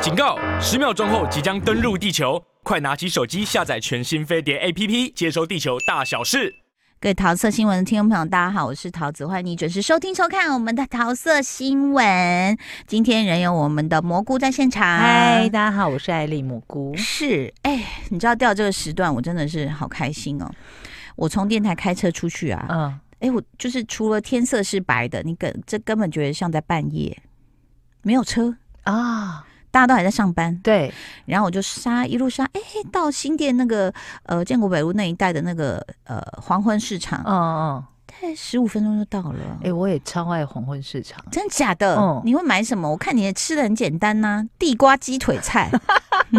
警告！十秒钟后即将登陆地球，快拿起手机下载全新飞碟 APP，接收地球大小事。各位桃色新闻的听众朋友，大家好，我是桃子，欢迎你准时收听收看我们的桃色新闻。今天仍有我们的蘑菇在现场。嗨，大家好，我是艾丽蘑菇。是，哎，你知道掉这个时段，我真的是好开心哦。我从电台开车出去啊，嗯，哎，我就是除了天色是白的，你根这根本觉得像在半夜，没有车，啊，大家都还在上班。对，然后我就杀一路杀，哎，到新店那个呃建国北路那一带的那个呃黄昏市场，嗯嗯，大概十五分钟就到了。哎、我也超爱黄昏市场。真假的？嗯你会买什么？我看你也吃的很简单呐、地瓜鸡腿菜。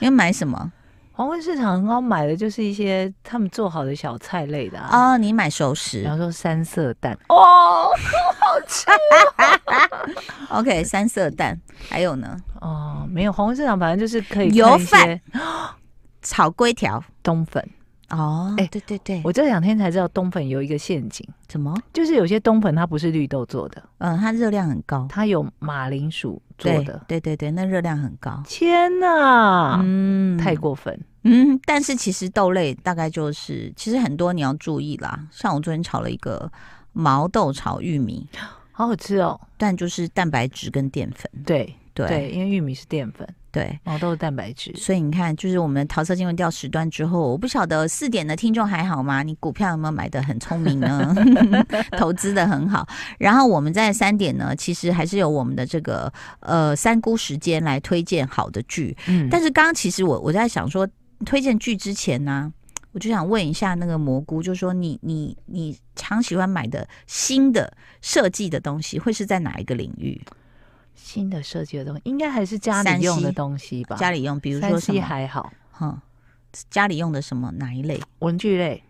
你会买什么？黄昏市场很好买的，就是一些他们做好的小菜类的啊，嗯哦，你买熟比食方说三色蛋。哦，OK，三色蛋，还有呢，哦，没有黄昏市场，反正就是可以看油一饭些炒龟条。冬粉。哦，哎对对对，我这两天才知道冬粉有一个陷阱，怎么？就是有些冬粉它不是绿豆做的，嗯、它热量很高，它有马铃薯做对的。对对对，那热量很高。天哪，嗯太过分！嗯，但是其实豆类大概就是，其实很多你要注意啦。像我昨天炒了一个毛豆炒玉米，好好吃哦。但就是蛋白质跟淀粉，对对对，因为玉米是淀粉，对毛豆是蛋白质。所以你看，就是我们桃色新闻掉时段之后，我不晓得四点的听众还好吗？你股票有没有买的很聪明 呢？ 投资的很好。然后我们在三点呢，其实还是有我们的这个呃三姑时间来推荐好的剧。嗯但是刚刚其实我我在想说，推荐剧之前呢、我就想问一下那个蘑菇，就说你你你常喜欢买的新的设计的东西，会是在哪一个领域？新的设计的东西，应该还是家三里 C 用的东西吧？家里用，比如说三什 C 么？还好，嗯，家里用的什么哪一类？文具类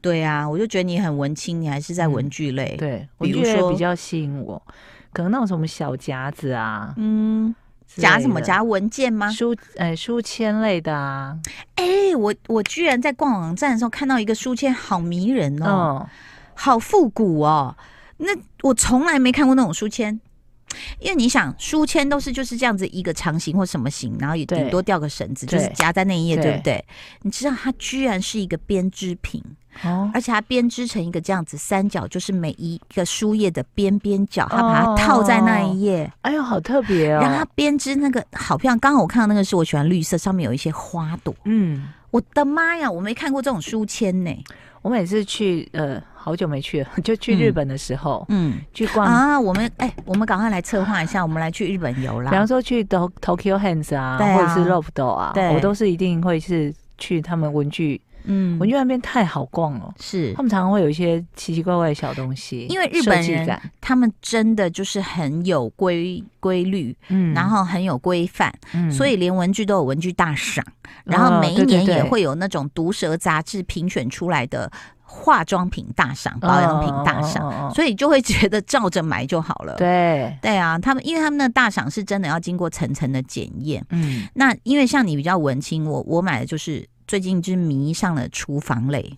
对啊，我就觉得你很文青，你还是在文具类。，嗯对，啊比文如具类说比较吸引我，可能那种什么小夹子啊，嗯，夹什么夹文件吗？书呃书签类的啊，哎、我我居然在逛网站的时候看到一个书签，好迷人哦，嗯，好复古哦。那我从来没看过那种书签，因为你想，书签都是就是这样子一个长形或什么形，然后也对顶多吊个绳子，对就是夹在那一页，对不对对？你知道它居然是一个编织品，哦，而且它编织成一个这样子三角，就是每一个书页的边边角，它把它哦套在那一页。哎呦，好特别然后它哦，编织那个好漂亮，刚好我看到那个是我喜欢绿色，上面有一些花朵。嗯，我的妈呀，我没看过这种书签呢。我每次去呃好久没去了，就去嗯日本的时候嗯去逛，啊，我们哎、我们赶快来策划一下，我们来去日本游比方啦。说去 To- Tokyo Hands 啊，对啊或者是 Loft 啊对，我都是一定会是去他们文具嗯文具那边太好逛了。是他们常常会有一些奇奇怪怪的小东西，因为日本设计人感他们真的就是很有规规律，嗯然后很有规范，嗯啊所以连文具都有文具大赏，然后每一年对对也对会有那种毒舌杂志评选出来的化妆品大赏、保养品大赏，哦哦哦哦所以就会觉得照着买就好了。对，对啊，他们因为他们的大赏是真的要经过层层的检验。嗯，那因为像你比较文青，我我买的就是最近就是迷上了厨房类，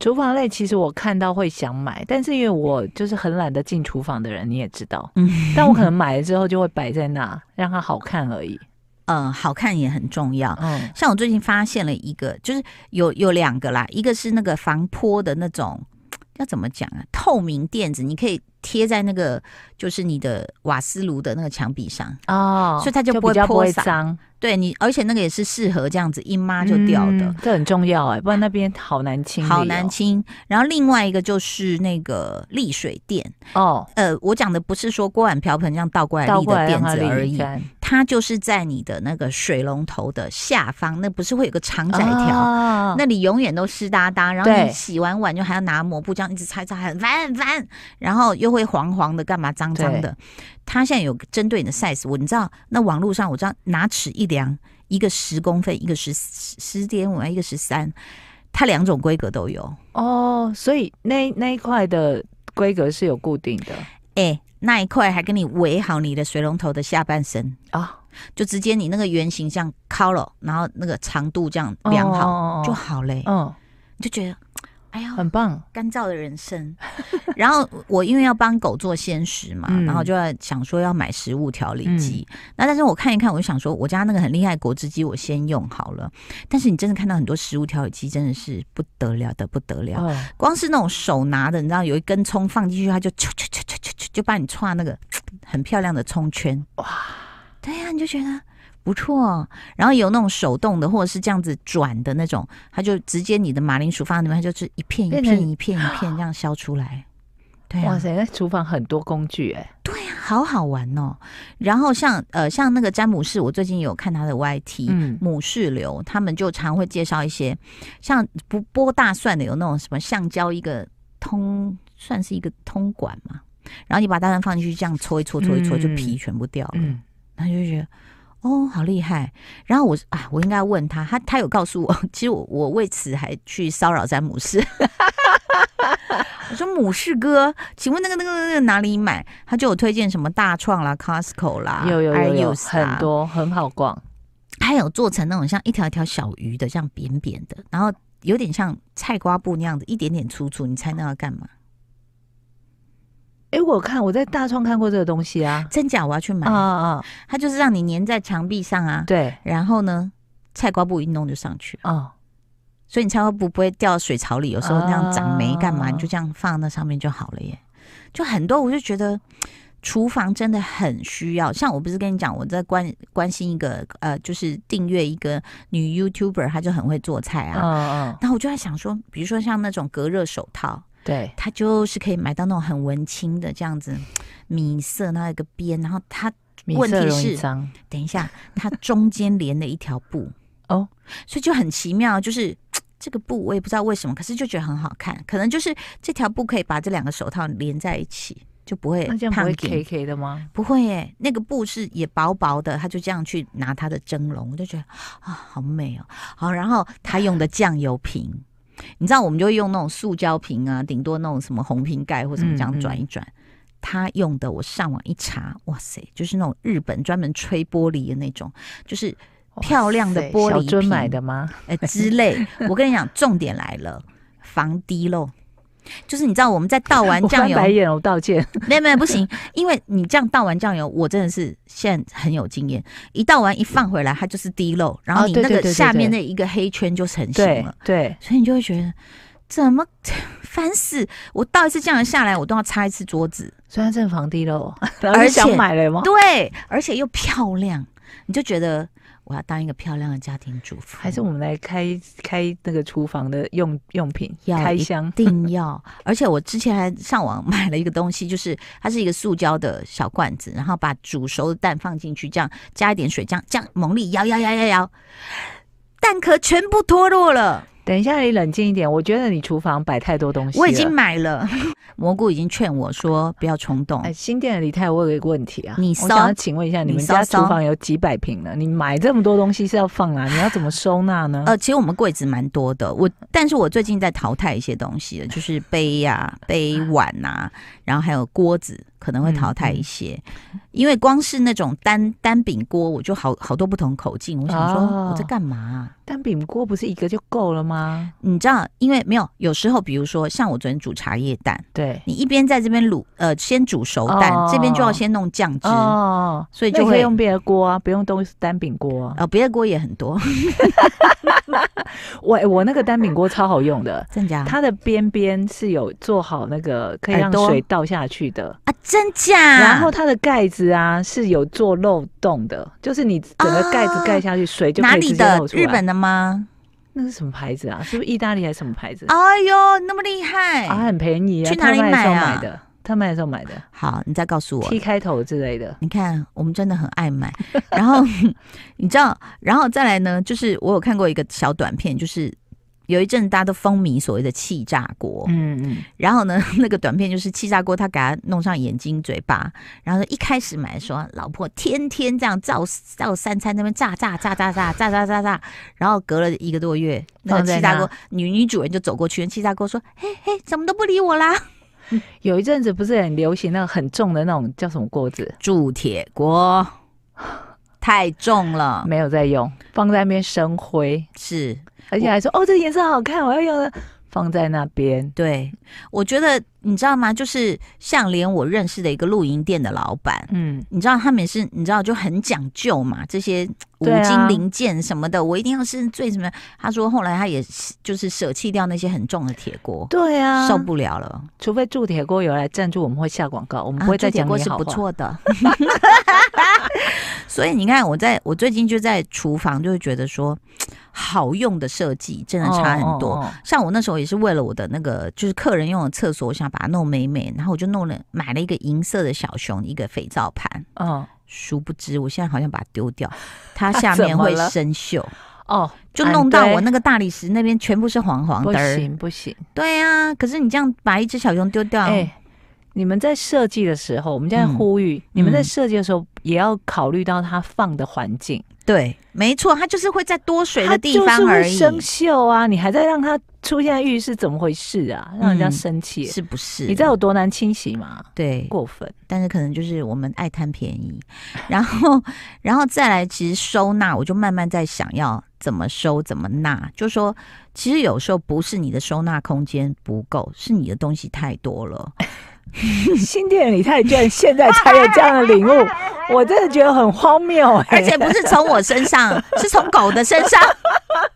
厨房类其实我看到会想买，但是因为我就是很懒得进厨房的人，你也 知道，嗯但我可能买了之后就会摆在那，让它好看而已。呃，好看也很重要。嗯，像我最近发现了一个，就是有有两个啦，一个是那个防泼的那种，要怎么讲啊？透明垫子，你可以贴在那个就是你的瓦斯炉的那个墙壁上，哦所以它就不会比较不会泼洒脏，对你，而且那个也是适合这样子一抹就掉的。嗯这很重要哎，不然那边好难清理哦，好难清，然后另外一个就是那个沥水垫，哦，呃，我讲的不是说锅碗瓢盆这样倒过来倒立过的来垫让它子而沥已，干，它就是在你的那个水龙头的下方，那不是会有个长窄条，哦那里永远都湿哒哒，然后对你洗完碗就还要拿抹布这样一直擦一擦，很烦很烦，然后又会黄黄的，干嘛脏脏的。它现在有针对你的 size，我你知道，那网络上我知道拿尺一量，一个十公分，一个十十点五，一个十三，它两种规格都有。哦，所以那那一块的规格是有固定的哎、那一块还跟你围好你的水龙头的下半身，啊，就直接你那个圆形这样敲了，然后那个长度这样量好、好就好嘞，哦嗯。你就觉得哎呀，很棒。干燥的人 生。然后我因为要帮狗做鲜食嘛，嗯然后就要想说要买食物调理机。那但是我看一看，我就想说，我家那个很厉害的果汁机，我先用好了。但是你真的看到很多食物调理机，真的是不得了的不得了。哦，光是那种手拿的，你知道有一根葱放进去，它就啾啾啾啾啾啾就把你串那个很漂亮的葱圈。哇，对呀、你就觉得。不错哦，然后有那种手动的，或者是这样子转的那种，它就直接你的马铃薯放在里面，它就是一片一变片成一片一片这样削出来。对啊哇，塞，那厨房很多工具哎，对呀、好好玩哦。然后像呃像那个詹姆士，我最近有看他的 YT，、嗯，母氏流，他们就常会介绍一些像不剥大蒜的，有那种什么橡胶一个通，算是一个通管嘛。然后你把大蒜放进去，这样搓一搓，搓一搓，嗯就皮全部掉了。嗯，然后就觉得哦，好厉害。然后我啊，我应该问他，他他有告诉我， 其实我我为此还去骚扰詹姆士。 我说母氏哥，请问那个那个那个哪里买？他就有推荐什么大创啦、Costco 啦，有有有有 Arius 啊很多，很好逛，它有做成那种像一条一条小鱼的，这样扁扁的，然后有点像菜瓜布那样子，一点点粗粗。你猜那要干嘛？哎，我看我在大创看过这个东西啊，真假我要去买，啊啊，啊它就是让你粘在墙壁上啊，对，然后呢，菜瓜布一弄就上去了，哦，所以你菜瓜布不会掉水槽里，有时候那样长霉干嘛，啊你就这样放那上面就好了耶。就很多，我就觉得。厨房真的很需要，像我不是跟你讲，我在关关心一个呃，就是订阅一个女 YouTuber，她就很会做菜啊，嗯嗯，然后我就在想说，比如说像那种隔热手套，对，它就是可以买到那种很文青的这样子米色那一个边，然后它米问色题容是易脏，等一下，它中间连了一条布哦，所以就很奇妙，就是。这个布我也不知道为什么，可是就觉得很好看，可能就是这条布可以把这两个手套连在一起，就不会那这样不胖会紧 K K 的吗？不会耶，那个布是也薄薄的，他就这样去拿他的蒸笼，我就觉得啊，好美哦。好，然后他用的酱油瓶，你知道我们就会用那种塑胶瓶啊，顶多那种什么红瓶盖或什么这样嗯嗯转一转。他用的，我上网一查，哇塞，就是那种日本专门吹玻璃的那种，就是漂亮的哇塞玻璃小樽瓶买的吗？呃之 类。我跟你讲，重点来了，防滴漏。就是你知道我们在倒完 我酱翻油，白眼，我道歉。 没有没有不行，因为你这样倒完酱油，我真的是现在很有经验。一倒完一放回来，它就是滴漏，然后哦你对那对个对对下面对那一个黑圈就成型对了，对，所以你就会觉得怎么烦死！我倒一次酱油下来，我都要擦一次桌子，虽然正房 地喽，然后而就且想买了吗？对，而且又漂亮，你就觉得我要当一个漂亮的家庭主妇，还是我们来开开那个厨房的用用品，要开一箱一定要！而且我之前还上网买了一个东西，就是它是一个塑胶的小罐子，然后把煮熟的蛋放进去，这样加一点水，这样这样猛力摇摇摇摇摇，蛋壳全部脱落了。等一下，你冷静一点。我觉得你厨房摆太多东西了。我已经买了，蘑菇已经劝我说不要冲动哎，。新店的李太，我有一个问题啊，你我搜想要请问一下，你你们搜家厨搜房有几百平呢？你买这么多东西是要放 哪？你要怎么收纳呢？呃，其实我们柜子蛮多的，我但是我最近在淘汰一些东西了，就是杯呀、杯嗯碗呐、然后还有锅子可能会淘汰一些，因为光是那种单单饼锅，我就好好多不同口径，我想说哦我在干嘛啊、单饼锅不是一个就够了吗？你知道，因为没有有时候，比如说像我昨天煮茶叶蛋，对，你一边在这边卤呃先煮熟蛋，哦这边就要先弄酱汁，哦，所以那就你可以会用别的锅啊，不用都是单饼锅啊。呃别的锅也很多， 我哎我那个单饼锅超好用的，真假？它的边边是有做好那个可以让耳朵水倒下去的，啊真假？然后它的盖子啊是有做漏洞的，就是你整个盖子盖下去，水就啊哪可以里直接的漏？出来。日本的吗？那是什么牌子啊？是不是意大利还是什么牌子？哎呦，那么厉害！啊，很便宜啊，去哪里特卖的时买候啊买的？特卖的时候买的好，你再告诉我，T。开头之类的。 你看，我们真的很爱买。 然后你知道，然后再来呢，就是我有看过一个小短片，就是有一阵大家都风靡所谓的气炸锅。嗯嗯，然后呢， 那个短片就是气炸锅，他给他弄上眼睛、嘴巴，然后一开始买的时候，老婆天天这样照照三餐那边炸炸炸炸炸炸炸炸炸，然后隔了一个多月，那放个在气炸锅那女女主人就走过去，气炸锅说：“嘿嘿，怎么都不理我啦有一阵子不是很流行那个很重的那种叫什么锅子？”，铸铁锅 太重了，没有在用，放在那边生灰，是而且还说哦，这个颜色好看，我要用了。放在那边。对，我觉得你知道吗？就是像连我认识的一个露营店的老板，嗯，你知道他们也是，你知道就很讲究嘛，这些五对啊金零件什么的，我一定要是最什么。他说后来他也是就是舍弃掉那些很重的铁锅，对啊，受不了了。除非铸铁锅有来赞助，我们会下广告，我们啊不会再铸铁讲锅你是好不话。错的。 所以你看，我在我最近就在厨房，就会觉得说，好用的设计真的差很多。哦哦哦像我那时候也是为了我的那个就是客人用的厕所，我想把它弄美美，然后我就弄了买了一个银色的小熊，一个肥皂盘。嗯殊不知，我现在好像把它丢掉， 它它下怎面么会了生锈，哦，就弄到我那那个大理石那边全部是黄黄不的儿。行不行，对啊，可是你这样把一只小熊丢掉，哎、你们在设计的时候，我们现在嗯呼吁、你们在嗯设计的时候也要考虑到它放的环境，对，没错，它就是会在多水它的地方而已，就是会生锈啊！你还在让它出现在浴室，怎么回事啊？让人家嗯生气、是不是？你知道有多难清洗吗？对，过 分，但是可能就是我们爱贪便宜， 然后，然后再来，其实收纳，我就慢慢在想要怎么收怎么纳，就说其实有时候不是你的收纳空间不够，是你的东西太多 了。新店李太卷现在才有这样的 领悟，我真的觉得很荒谬、哎而且不是从我身上， 是从狗的身上。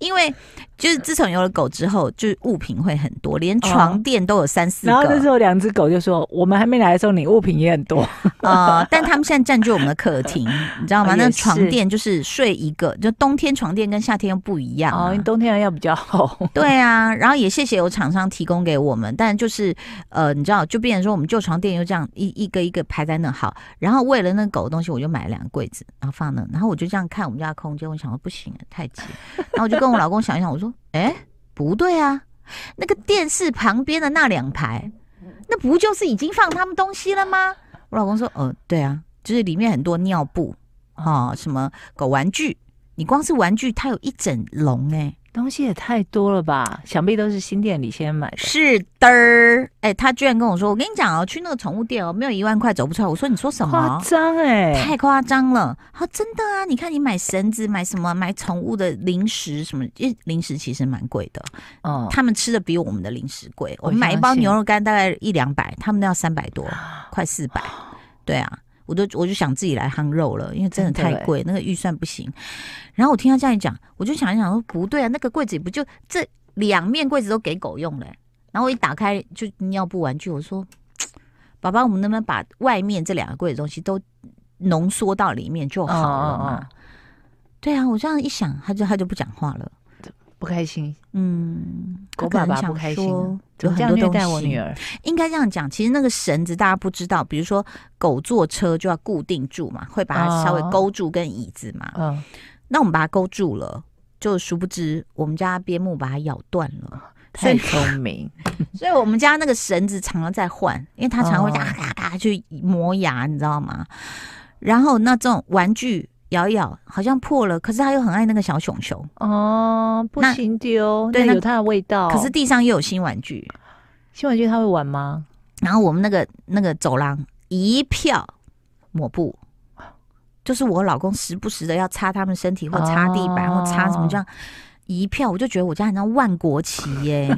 因为就是自从有了狗之后，就是物品会很多，连床垫都有三四然后这时个。候两只狗就说：“我们还没来的时候，你物品也很多。呃，但他们现在占据我们的客厅，你知道吗？哦那也是床垫就是睡一个，就冬天床垫跟夏天又不一”样、啊。哦，你冬天还要比较厚。对啊，然后也谢谢有厂商提供给我们，但就是呃，你知道，就变成说我们旧床垫又这样一一个一个排在那好，然后为了那狗的东西，我就买了两个柜子，然后放那，然后我就这样看我们家的空间，我想说不行了，太挤，然后我就跟我老公想一想，我说，哎，不对啊，那个电视旁边的那两排，那不就是已经放他们东西了吗？我老公说，呃，对啊，就是里面很多尿布哦，什么狗玩具，你光是玩具它有一整笼哎、东西也太多了吧？想必都是新店里先买的。是的儿，哎、他居然跟我说，我跟你讲哦，去那个宠物店哦，没有一万块走不出来。我说你说什夸么？张哎、太夸张了！他、真的啊，你看你买绳子，买什么，买宠物的零食什么，因为零食其实蛮贵的，哦，他们吃的比我们的零食贵。我我们买一包相信啊牛肉干大概一两百，他们那要三百多，快四百。对啊，我都我就想自己来夯肉了，因为真的真的太欸贵，那个预算不行。然后我听他这样一讲，我就想一想说，不对啊，那个柜子也不就这两面柜子都给狗用了欸、然后我一打开就尿布玩具，我说：“爸爸，我们能不能把外面这两个柜子的东西都浓缩到里面就好了嘛？”嗯嗯对啊，我这样一想，他就他就不讲话了。不开心，嗯，他狗可爸能爸想不开心说了，有怎么这很样多虐东西。待我女儿？应该这样讲，其实那个绳子大家不知道，比如说狗坐车就要固定住嘛，会把它稍微哦勾住跟椅子嘛。嗯，那我们把它勾住了，就殊不知我们家边牧把它咬断了，所哦太以聪明，所以我们家那个绳子常常在换，因为它常常会哦嘎嘎嘎去磨牙，你知道吗？然后那这种玩具咬一咬好像破了，可是它又很爱那个小熊熊， 哦，不那行丢，对那那有它的味道。可是地上又有新玩具，新玩具它会玩吗？然后我们那个那个走廊一票抹布，就是我老公时不时的要擦他们身体或擦地板、哦或擦什么这样。一票，我就觉得我家很像万国旗 耶、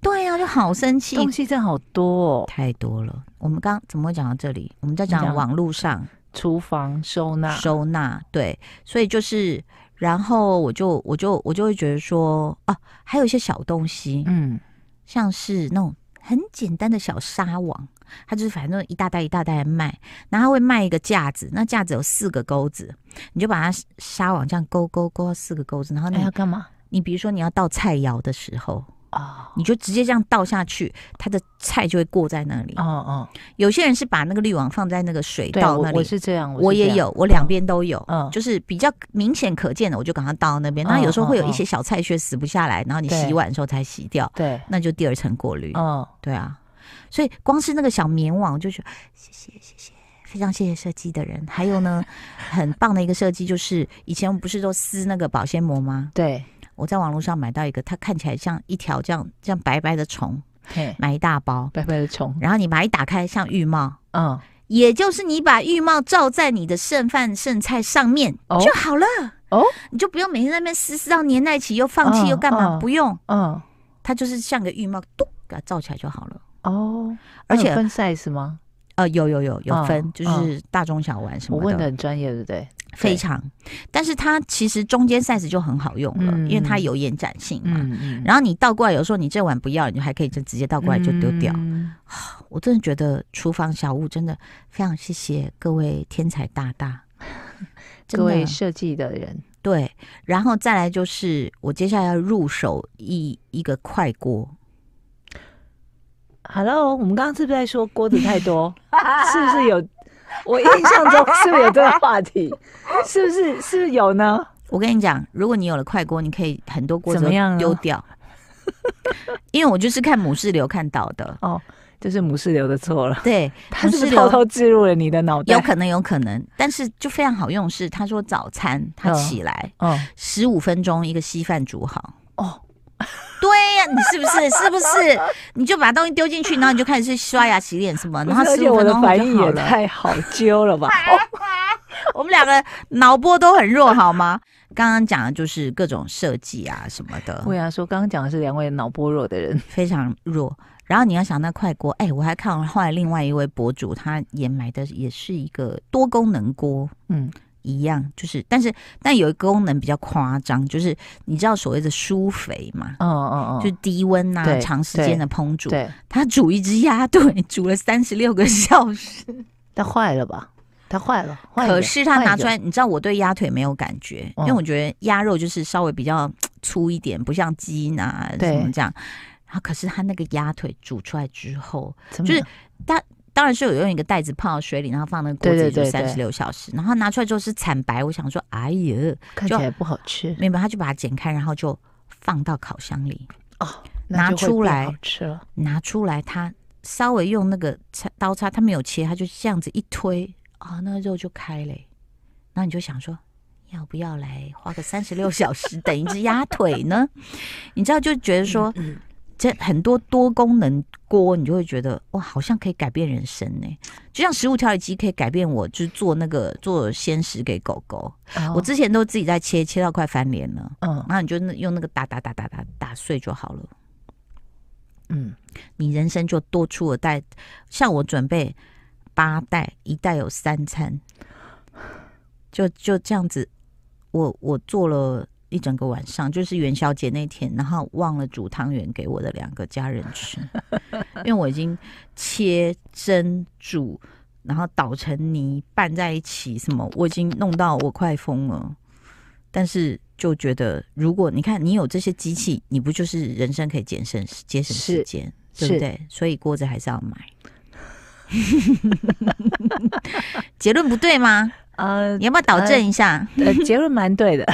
对啊呀、就好生气，东西真好多、哦，太多了。我们刚怎么会讲到这里？我们在你讲讲嗯网络上厨房收纳，收纳，对，所以就是，然后我就我就我就会觉得说，哦、还有一些小东西，嗯，像是那种很简单的小纱网，它就是反正一大袋一大袋地卖，然后它会卖一个架子，那架子有四个钩子，你就把它纱网这样勾勾勾到四个钩子，然后你、哎那要干嘛？你比如说你要倒菜肴的时候，哦，你就直接这样倒下去，它的菜就会过在那里。哦哦，有些人是把那个滤网放在那个水对，道那我里，我是这样，我是这也样有，我两边都有。嗯，就是比较明显可见的，我就赶快倒到那边。嗯那有时候会有嗯一些小菜屑死不下来，然后你对洗碗的时候才洗掉，对，那就第二层过滤。嗯，对啊，所以光是那个小棉网，我就觉得谢谢谢谢，非常谢谢设计的人。还有 呢，很棒的一个设计就是，以前我们不是都撕那个保鲜膜吗？对，我在网络上买到一个，它看起来像一条这样这样白白的虫，嘿，买一大包，白白的虫，然后你把它一打开，像浴帽。嗯，也就是你把浴帽罩在你的剩饭剩菜上面、哦就好了，哦，你就不用每天在那边撕撕到粘在一起又放弃嗯又干嘛，嗯不用，嗯，它就是像个浴帽，咚给它罩起来就好了。哦，而那有且分 size 吗？呃，有有有有嗯分，就嗯是大中小碗什我么问的很专业，对不对？非常，但是它其实中间 size 就很好用了，嗯因为它有延展性嘛。嗯嗯然后你倒过来，有时候你这碗不要，你就还可以就直接倒过来就丢掉。嗯我真的觉得厨房小物真的非常谢谢各位天才大大，真各位的设计的人，对。然后再来就是我接下来要入手一一个快锅， Hello，我们刚刚是不是在说锅子太 多？是不是有？我印象中是不是有这个话题？是不是是不是有呢？我跟你讲，如果你有了快锅，你可以很多锅子怎么样呢啊丢掉。 因为我就是看母室流看到的，哦，就是母氏流的错 了，对，他母是不室是偷流偷置入了你的脑袋？有可能，有可能，但是就非常好用是，他说早餐他嗯起来哦十五分钟一个稀饭煮好。哦，对呀、你是不是？是不是？你就把东西丢进去，然后你就开始去刷牙、洗脸 什么，不然是后而十且五我分的钟后反就应好也了。太好揪了 吧？哦， 我们两个脑波都很弱，好吗？刚刚讲的就是各种设计啊什么的我，想说，刚刚讲的是两位脑波弱的人，非常弱。然后你要想那快锅，哎，我还看后来另外一位博主，他也买的也是一个多功能锅，嗯，一样，就是但是但有一个功能比较夸张，就是你知道所谓的疏肥嘛，哦哦哦，就低温呐、对长时间的烹煮，对，他煮一只鸭腿， 煮了三十六个小 时。它坏了吧？它坏了，坏一点可是他拿出，坏一来，你知道我对鸭腿没有感觉，因嗯为我觉得鸭肉就是稍微比较粗一点，不像鸡呢、啊、对什么这样。然后可是他那个鸭腿煮出来之后，点怎么就是了当然是有用一个袋子泡到水里，然后放那个锅子对煮对对三十六小时，然后拿出来之后是惨白。我想说，哎呀，看起来不好吃，没有，他就把它剪开，然后就放到烤箱里，那拿就会出变来好吃了，拿出来，他稍微用那个叉刀叉，他没有切，他就这样子一推，啊，那个肉就开嘞。然后你就想说，要不要来花个三十六小时等一只鸭腿呢？你知道，就觉得说，这很多多功能锅，你就会觉得哇，好像可以改变人生呢、就像食物调理机可以改变我，就是做那个做鲜食给狗狗。我哦之前都自己在切，切到快翻脸了。嗯然后你就那用那个打打打打打打碎就好了，嗯，你人生就多出了袋。像我准备八袋，一袋有三餐，就就这样子。我我做了一整个晚上，就是元宵节那天，然后忘了煮汤圆给我的两个家人吃， 因为我已经切蒸煮，然后捣成泥拌在一起，什么我已经弄到我快疯了。但是就觉得，如果你看你有这些机器，你不就是人生可以节省节省时是间，是对不对？所以锅子还是要买。 结论不对吗？呃你要不要导正一下？呃，结论蛮 对的，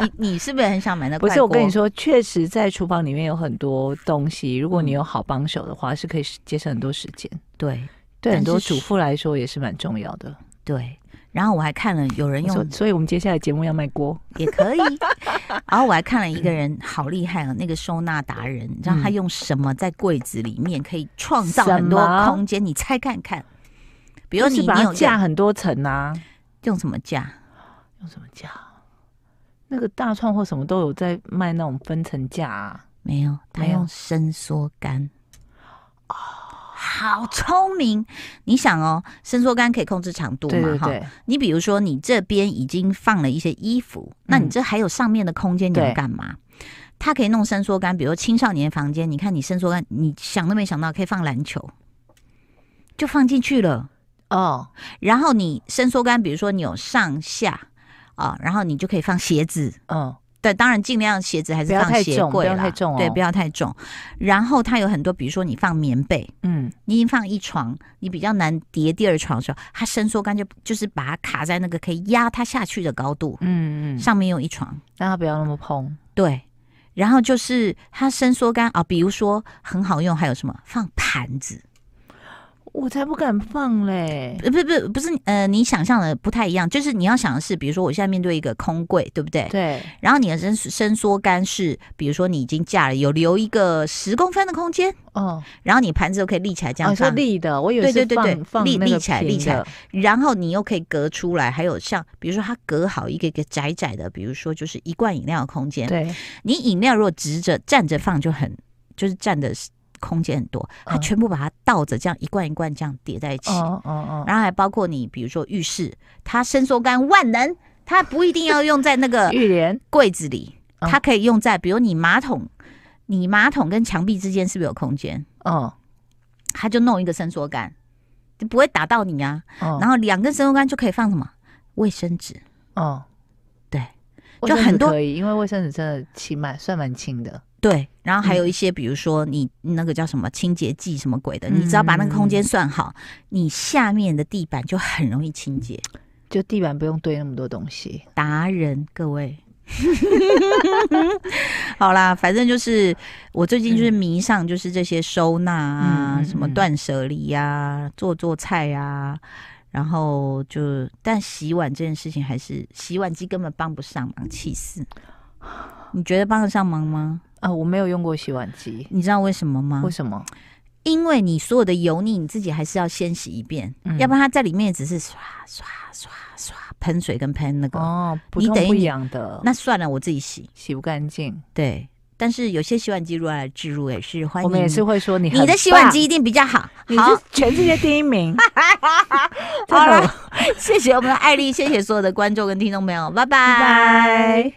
你你呃是不是很想买那不块是锅？我跟你，说，确实在厨房里面有很多东西，如果嗯你有好帮手的话，是可以节省很多时间。对对但很多是主妇来说也是蛮重要的。对。然后我还看了有人所用所以我们接下来节目要卖锅，也可以， 然后我还看了一个人好厉害哦，那个收纳达人，你知道他用什么在柜子里面可以创造很多嗯什么空间？你猜看看，比如就你是你把有它架用很多层啊，用什么架？用什么架？啊那个大创或什么都有在卖那种分层架啊。没有，他没有用伸缩杆。好聪明！你想哦，伸缩杆可以控制长度对嘛？对哈，对，你比如说你这边已经放了一些衣服，那你这还有上面的空间，你要嗯对干嘛？它可以弄伸缩杆，比如青少年房间，你看你伸缩杆，你想都没想到可以放篮球，就放进去了。哦，然后你伸缩杆，比如说你有上下啊、然后你就可以放鞋子，嗯，对，当然尽量鞋子还是不要放太鞋重柜不要啦太重哦对，不要太重。然后它有很多，比如说你放棉被，嗯，你已经放一床，你比较难叠第二床的时候，它伸缩杆就就是把它卡在那个可以压它下去的高度，嗯嗯，上面有一床，让它不要那么蓬。对。然后就是它伸缩杆啊，比如说很好用，还有什么放盘子，我才不敢放嘞。呃不不不是呃，你想象的不太一样，就是你要想的是，比如说我现在面对一个空柜，对不对？对，然后你的伸伸缩杆是，比如说你已经架了，有留一个十公分的空间，哦，然后你盘子又可以立起来这哦，样你说放，立的，我以对为是对对放对放立那个立起来平立起来的然后你又可以隔出来，还有像比如说它隔好一个一个窄窄的，比如说就是一罐饮料的空间，对，你饮料如果直着站着放就很，就是站的空间很多，它嗯全部把它倒着这样一罐一罐这样叠在一起，哦哦哦，然后还包括你比如说浴室，它伸缩杆万能，它不一定要用在那个 浴帘柜子里，嗯它可以用在比如你马桶，你马桶跟墙壁之间是不是有空间？哦它就弄一个伸缩杆，就不会打到你啊。哦，然后两根伸缩杆就可以放什么卫生纸，哦，对，卫就生很纸多可以，因为卫生纸真的轻蛮算蛮轻的，对，然后还有一些比如说你那个叫什么清洁剂什么鬼的，你只要把那个空间算好，你下面的地板就很容易清洁。就地板不用堆那么多东西。达人，各位。 好啦，反正就是我最近就是迷上就是这些收纳啊，嗯嗯嗯什么断舍离呀、做做菜呀、然后就但洗碗这件事情还是洗碗机根本帮不上忙，气死！你觉得帮得上忙吗？啊，我没有用过洗碗机，你知道为什么吗为？什么？因为你所有的油腻你自己还是要先洗一遍，嗯要不然它在里面只是刷刷刷刷喷水跟喷那个。哦，不你痛等于不你痒的，那算了，我自己洗。洗不干净。对，但是有些洗碗机如果来置入也是欢迎，我们也是会说你你很的洗碗棒机一定比较好。你好是，全世界第 一名。好了，谢谢我们的艾丽，谢谢所有的观众跟听众朋友，拜拜。拜。